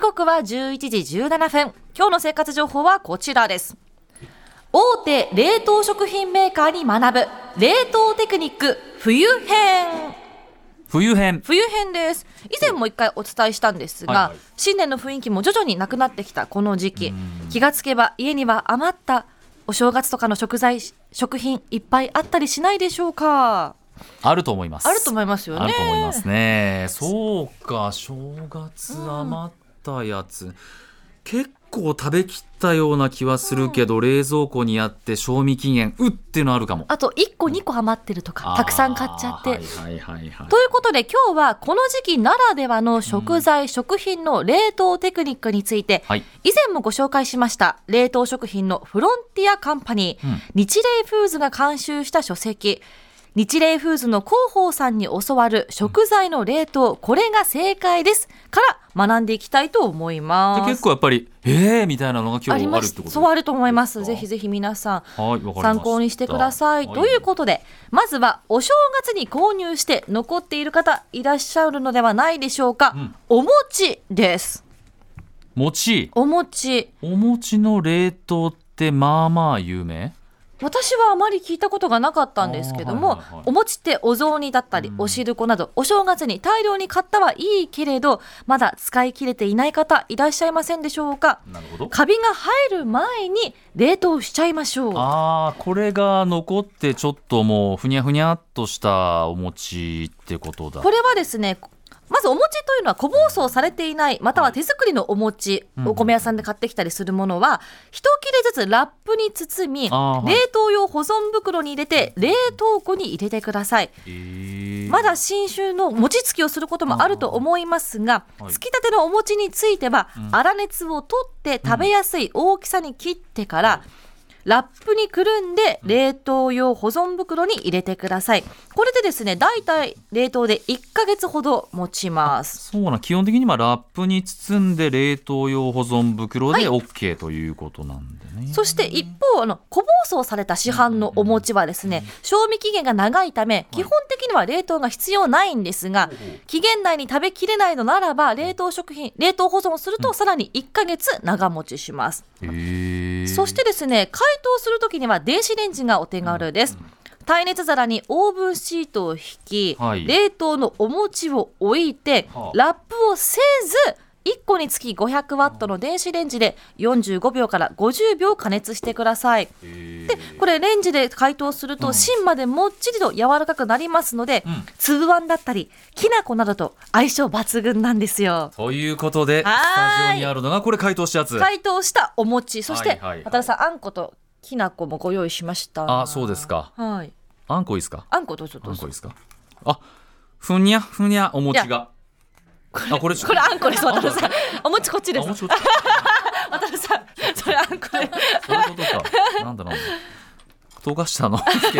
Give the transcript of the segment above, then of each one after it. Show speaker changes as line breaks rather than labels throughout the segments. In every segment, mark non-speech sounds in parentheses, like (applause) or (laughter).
刻は11時17分。今日の生活情報はこちらです。大手冷凍食品メーカーに学ぶ冷凍テクニック冬編。
冬編
冬編です以前も一回お伝えしたんですが、はいはい、新年の雰囲気も徐々になくなってきたこの時期気がつけば家には余ったお正月とかの食材食品いっぱいあったりしないでしょうか
あると思います
あると思いますよね
あると思いますねそうか正月余ったやつ、うん、結構食べきったような気はするけど、うん、冷蔵庫にあって賞味期限うっていうのあるかも。
あと1個2個余ってるとか、うん、たくさん買っちゃって、はいはいはいはい、ということで今日はこの時期ならではの食材、うん、食品の冷凍テクニックについて、はい、以前もご紹介しました冷凍食品のフロンティアカンパニー、日霊フーズが監修した書籍日霊フーズの広報さんに教わる食材の冷凍、これが正解ですから学んでいきたいと思います
結構やっぱりええー、みたいなのが今日あるってこと
そうあると思います。ぜひぜひ皆さん、はい、参考にしてください。ということで、まずはお正月に購入して残っている方いらっしゃるのではないでしょうか。うん、お餅です。
餅。
お餅。
お餅の冷凍ってまあまあ有名。
私はあまり聞いたことがなかったんですけども、はいはいはい、お餅ってお雑煮だったり、お汁粉などお正月に大量に買ったはいいけれどまだ使い切れていない方いらっしゃいませんでしょうかカビが生える前に冷凍しちゃいましょう
あこれが残ってちょっともうふにゃふにゃっとしたお餅ってことだ
これはですねまずお餅というのは個包装されていないまたは手作りのお餅、はい、お米屋さんで買ってきたりするものは一切れずつラップに包み、はい、冷凍用保存袋に入れて冷凍庫に入れてください、えー、まだ新種の餅つきをすることもあると思いますがつきたてのお餅については、はい、粗熱を取って食べやすい大きさに切ってから、ラップにくるんで冷凍用保存袋に入れてください。これでですね、大体冷凍で1ヶ月ほど持ちます。
そうな、基本的にはラップに包んで冷凍用保存袋で OK ということなんでね。はい、
そして一方、あの個包装された市販のお餅はですね、賞味期限が長いため、基本的には冷凍が必要ないんですが、期限内に食べきれないのならば、冷凍食品、冷凍保存するとさらに1ヶ月長持ちします。そしてですね、解凍するときには電子レンジがお手軽です。耐熱皿にオーブンシートを引き、はい、冷凍のお餅を置いて、ラップをせず1個につき500ワットの電子レンジで45秒から50秒加熱してください。でこれレンジで解凍すると芯までもっちりと柔らかくなりますので、うん、粒あんだったりきな粉などと相性抜群なんですよ。
ということでスタジオにあるのがこれ解凍したやつ
解凍したお餅そして、はいはい、渡辺さんあんこときな粉もご用意しました
あそうですか
はい
あんこいいですか
あんこどうぞどうぞ
あんこいいですかあふにゃふにゃお餅が
これあこれこれあんこです渡辺 (laughs) さんお餅こっちです渡辺さんそれあんこで
そういうことか (laughs) なんだなんだ溶かしたの (laughs)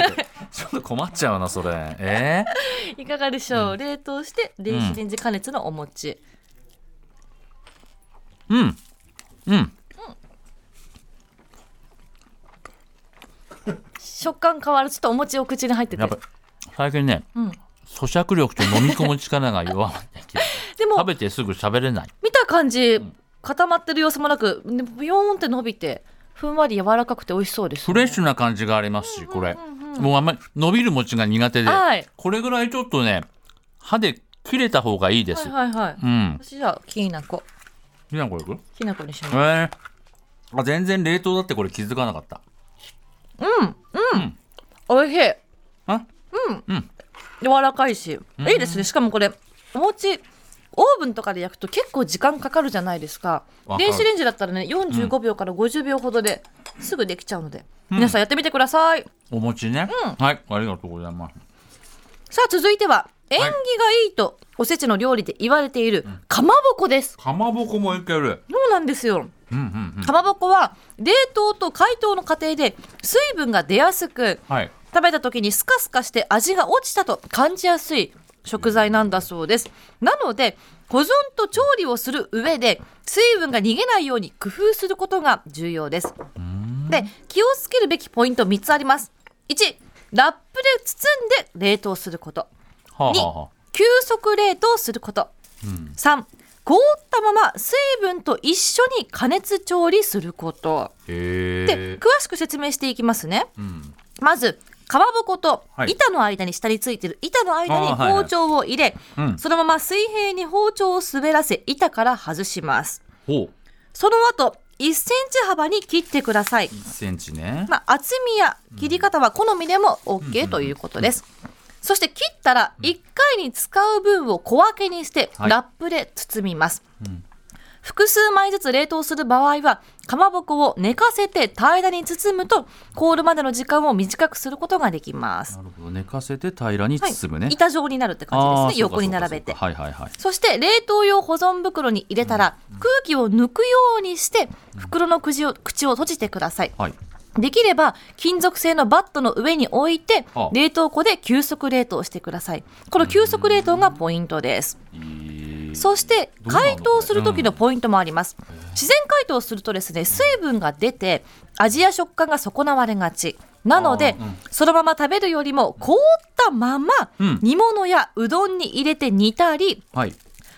ちょっと困っちゃうなそれえ
(laughs) ー、いかがでしょう、うん、冷凍して電子レンジ加熱のお餅
うんうん、うん、うん、
食感変わるちょっとお餅を口に入ってて
最近ね、うん、咀嚼力と飲み込む力が弱まってきてで (laughs) も食べてすぐ喋れない
見た感じ、うん、固まってる様子もなくビヨーンって伸びてふんわり柔らかくて美味しそうです、
ね、フレッシュな感じがありますしこれ、うんうん、もうあんまり伸びる餅が苦手で、はい、これぐらいちょっとね歯で切れた方がいいです
はいはいはい、うん、私じゃあきなこ
きなこいく
きなこにします、
えー、あ全然冷凍だってこれ気づかなかった
うんうんおい、うん、しい
あ
うんうん柔らかいし、うん、いいですねしかもこれお餅オーブンとかで焼くと結構時間かかるじゃないですか電子レンジだったらね45秒から50秒ほどで、うん、すぐできちゃうので、うん、皆さんやってみてください
お餅ね、うん、はいありがとうございます
さあ続いては縁起がいいとおせちの料理で言われているかまぼこです、
かまぼこもいける
そうなんですよ、うんうんうん、かまぼこは冷凍と解凍の過程で水分が出やすく、はい、食べた時にスカスカして味が落ちたと感じやすい食材なんだそうです。なので、保存と調理をする上で、水分が逃げないように工夫することが重要です。で、気をつけるべきポイント3つあります。1、ラップで包んで冷凍すること。はあはあ、2、急速冷凍すること。うん、3、凍ったまま水分と一緒に加熱調理すること
へ
で
え
詳しく説明していきますね
うん
まず皮ぼこと
はい
板の間に下についてる板の間に
あーはいはい
包丁を入れ、
うん
そのまま水平に包丁を滑らせ板から外します
ほう
その後1センチ幅に切ってください
1センチね
まあ、厚みや切り方は好みでも
う
OK
ん
ということです。そして切ったら1回に使う分を小分けにして
はい
ラップで包みます。
うん
複数枚ずつ冷凍する場合はかまぼこを寝かせて平らに包むと凍るまでの時間を短くすることができます。
なるほど寝かせて平らに
はい
包むね、
板状になるって感じ
あ
で
あ
すね。
そうか
横に並べて
そう。かそうかはいはいはい
そして冷凍用保存袋に入れたら空気を抜くようにして袋の口を口を閉じてください。
はい
できれば金属製のバットの上に置いて
あ
冷凍庫で急速冷凍してくださいこの急速冷凍がポイントです
いい
そして
どうなの
解凍する時のポイントもあります自然解凍するとですね水分が出て味や食感が損なわれがちなので、
あーうん
そのまま食べるよりも凍ったまま
うん
煮物やうどんに入れて煮たり
はい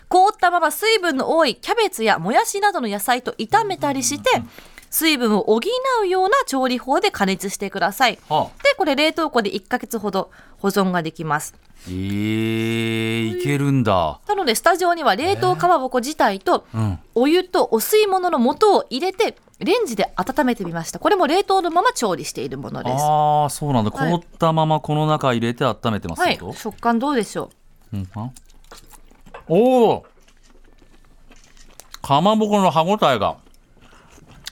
凍ったまま水分の多いキャベツやもやしなどの野菜と炒めたりして水分を補うような調理法で加熱してください。
はあ
でこれ冷凍庫で1ヶ月ほど保存ができます。
えー、いけるんだ
なのでスタジオには冷凍かまぼこ自体と
うん
お湯とお吸い物の素を入れてレンジで温めてみました。これも冷凍のまま調理しているものです。
ああそうなんだ
はい
凍ったままこの中入れて温めてます
は
け
い
ど、、
食感どうでしょ
うんあおおかまぼこの歯ごたえが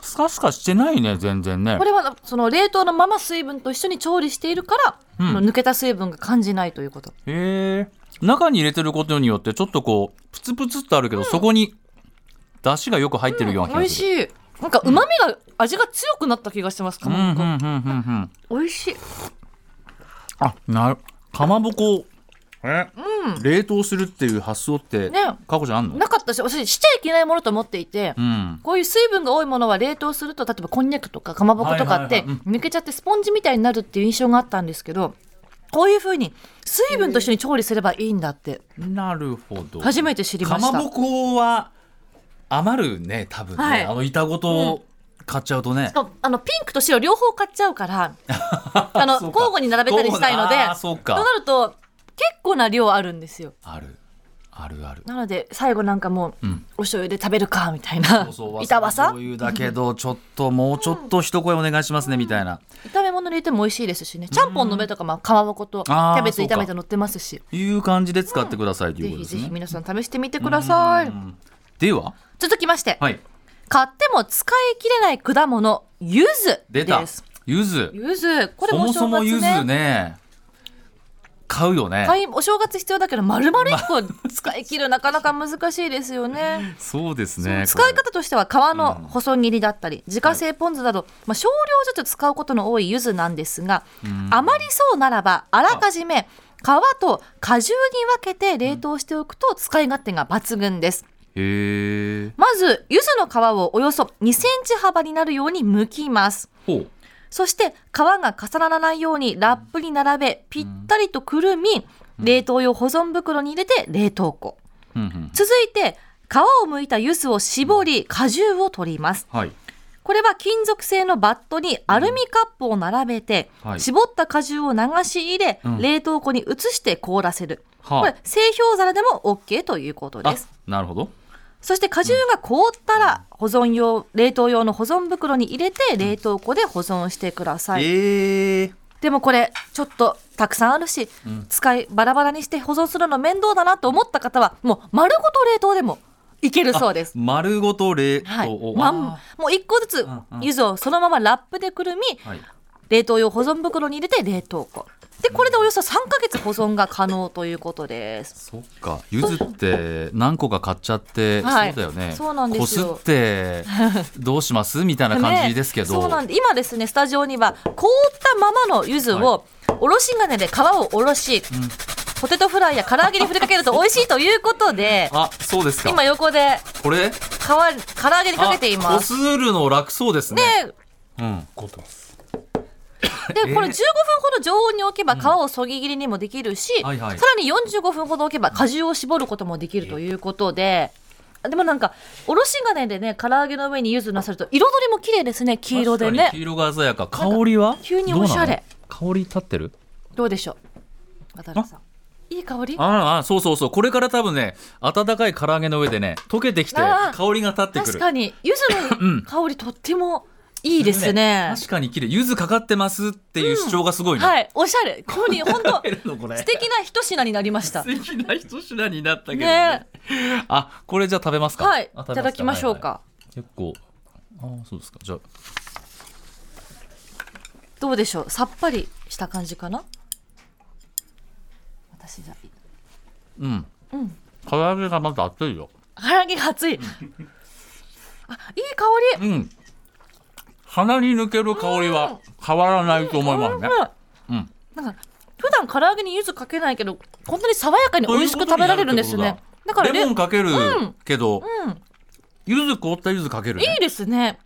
スカスカしてないね全然ね
う。これはその冷凍のまま水分と一緒に調理しているから、
うん
この抜けた水分が感じないということ。
へえ中に入れてることによってちょっとこうプツプツってあるけど、そこに出汁がよく入ってるような気
美
が
味
す
し
る
い。なんか旨味が味が強くなった気がしてます。か
うんうん
ま
う
ぼ
んうんうん
こ。美味しい。
あなるかまぼこをえ、冷凍するっていう発想って、
ね
かこちゃんあんの
なかったし、私しちゃいけないものと思っていて。
うん
こういう水分が多いものは冷凍すると例えばこんにゃくとかかまぼことかっ
は
て
いはいはい
抜けちゃってスポンジみたいになるっていう印象があったんですけどこういうふうに水分と一緒に調理すればいいんだって
なるほど
初めて知りま
か
し
ま
た
ぼこは余るね多分ね、
はい
あの板ごと買っちゃうとね、
そうあのピンクと白両方買っちゃうからあの
(laughs) そう
交
か
互に並べたりしたいので
そうだあーそうか
となると結構な量あるんですよ
あるあるある
なので最後なんかもう、
うん
お醤油で食べるかみたいな板わさ
そういうだけどちょっともうちょっと一声お願いしますねみたいな
炒め物に入れても美味しいですしねちゃんぽんの上とかまあかまぼことキ
あー
ャベツ
そうか
炒めて乗ってますし
いう感じで使ってくださいという
ぜひ
ことです
ぜ
ね、
ひ皆さん試してみてください。
うんでは
続きまして、
はい
買っても使い切れない果物、柚子
出た
です。
ゆず
柚子、これ
そ
もお
も
正
そもゆ
月ね。
ずね買うよね
買いお正月必要だけど丸々一個使い切るなかなか難しいですよね。
そうです
そう
ね
使い
こ
方としては皮の細切りだったり自家製ポン酢など、まあ、少量ずつ使うことの多い柚子なんですが余りそうならばあらかじめ皮と果汁に分けて冷凍しておくと使い勝手が抜群です。
れへえ
まず柚子の皮をおよそ2センチ幅になるように剥きます。
ほう
そして皮が重ならないようにラップに並べぴったりとくるみ、冷凍用保存袋に入れて冷凍庫
うんうん
続いて皮を剥いた柚子を絞り果汁を取ります
はい
これは金属製のバットにアルミカップを並べて、
はい
絞った果汁を流し入れ、
うん
冷凍庫に移して凍らせる、
はあ
これ製氷皿でも OK ということ
あ
です
なるほど
そして果汁が凍ったら保存用冷凍用の保存袋に入れて冷凍庫で保存してください
ええ
でもこれちょっとたくさんあるし、使いバラバラにして保存するの面倒だなと思った方はもう丸ごと冷凍でもいけるそうです。
丸ごと冷凍
はい、
お
まん
あ
もう一個ずつ
んうん
柚子をそのままラップでくるみ
ーはい
冷凍用保存袋に入れて冷凍庫でこれでおよそ3ヶ月保存が可能ということです。
そっか、ゆずって何個か買っちゃって、
はい
そうだよね。
そうなんですよ
こすってどうしますみたいな感じですけど。
ねそうなんで今ですねスタジオには凍ったままの柚子をおろし金で皮をおろし、ポテトフライや唐揚げにふりかけると美味しいということで
あ、そうですか。
今横で
これ
皮唐揚げにかけていま
こ
す。
するの楽そうですね。
で
うん。
でこれ
えー
15分ほど常温に置けば皮をそぎ切りにもできるし、
はいはい
さらに45分ほど置けば果汁を絞ることもできるということで、でもなんかおろし金でね唐揚げの上に柚子なさると彩りも綺麗ですね黄色で
確かに
ね
黄色が鮮やか香りは
急におしゃれ
どうなの香り立ってる
どうでしょう渡辺さんいい香り
ああそうそうそうこれから多分ね温かい唐揚げの上でね溶けてきて
あ
香
あ
りが立ってく
確
る
かに柚
(laughs)
子の香りとってもいいですね
確かに綺麗柚子かかってますっていう主張がすごいね、
はいおしゃれここに
(laughs)
本当
入るのこれ
素敵な一品になりました
素敵な一品になったけどね
ね
あこれじゃあ食べますか
はい
あ
い
食べますか
ただきましょう
は
か
いはい結構ああそうですかじゃあ
どうでしょうさっぱりした感じかな私じゃ
うん
うん
唐揚げがまた熱いよ
唐揚げが熱いあいい香り
うん鼻に抜ける香りは変わらないと思いますねうん
うんなんか普段唐揚げに柚子かけないけど本当に爽やかに美味しく食べられるんですよねだからレ
レモンかける
うん
けど
うん
柚子凍った柚子かけるね
いいですね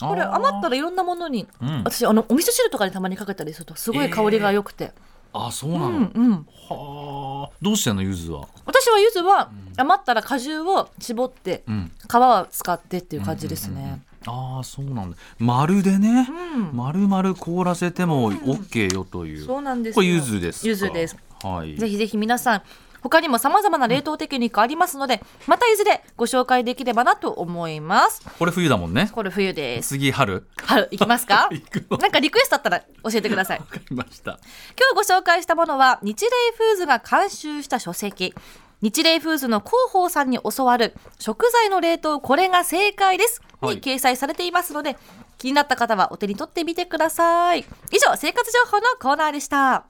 これ
あー
余ったらいろんなものに
うん
私あのお味噌汁とかにたまにかけたりするとすごい香りが良くて、
あそうなの
うんうん
はあどうしてんの柚子は
私は柚子は余ったら果汁を絞って
うん
皮は使ってっていう感じですね
ああそうなんだまるでね
うん
丸々凍らせても OK よという、
そうなんですよ
これ柚子ですか
柚子です
はい
ぜひぜひ皆さん他にも様々な冷凍テクニックありますので、またいずれご紹介できればなと思います
これ冬だもんね
これ冬です
次春
春いきますか
(laughs) 行くの
なんかリクエストあったら教えてく
(laughs)
ださい
買いました
今日ご紹介したものは日霊フーズが監修した書籍日霊フーズの広報さんに教わる食材の冷凍これが正解です
はい
に掲載されていますので、気になった方はお手に取ってみてください以上生活情報のコーナーでした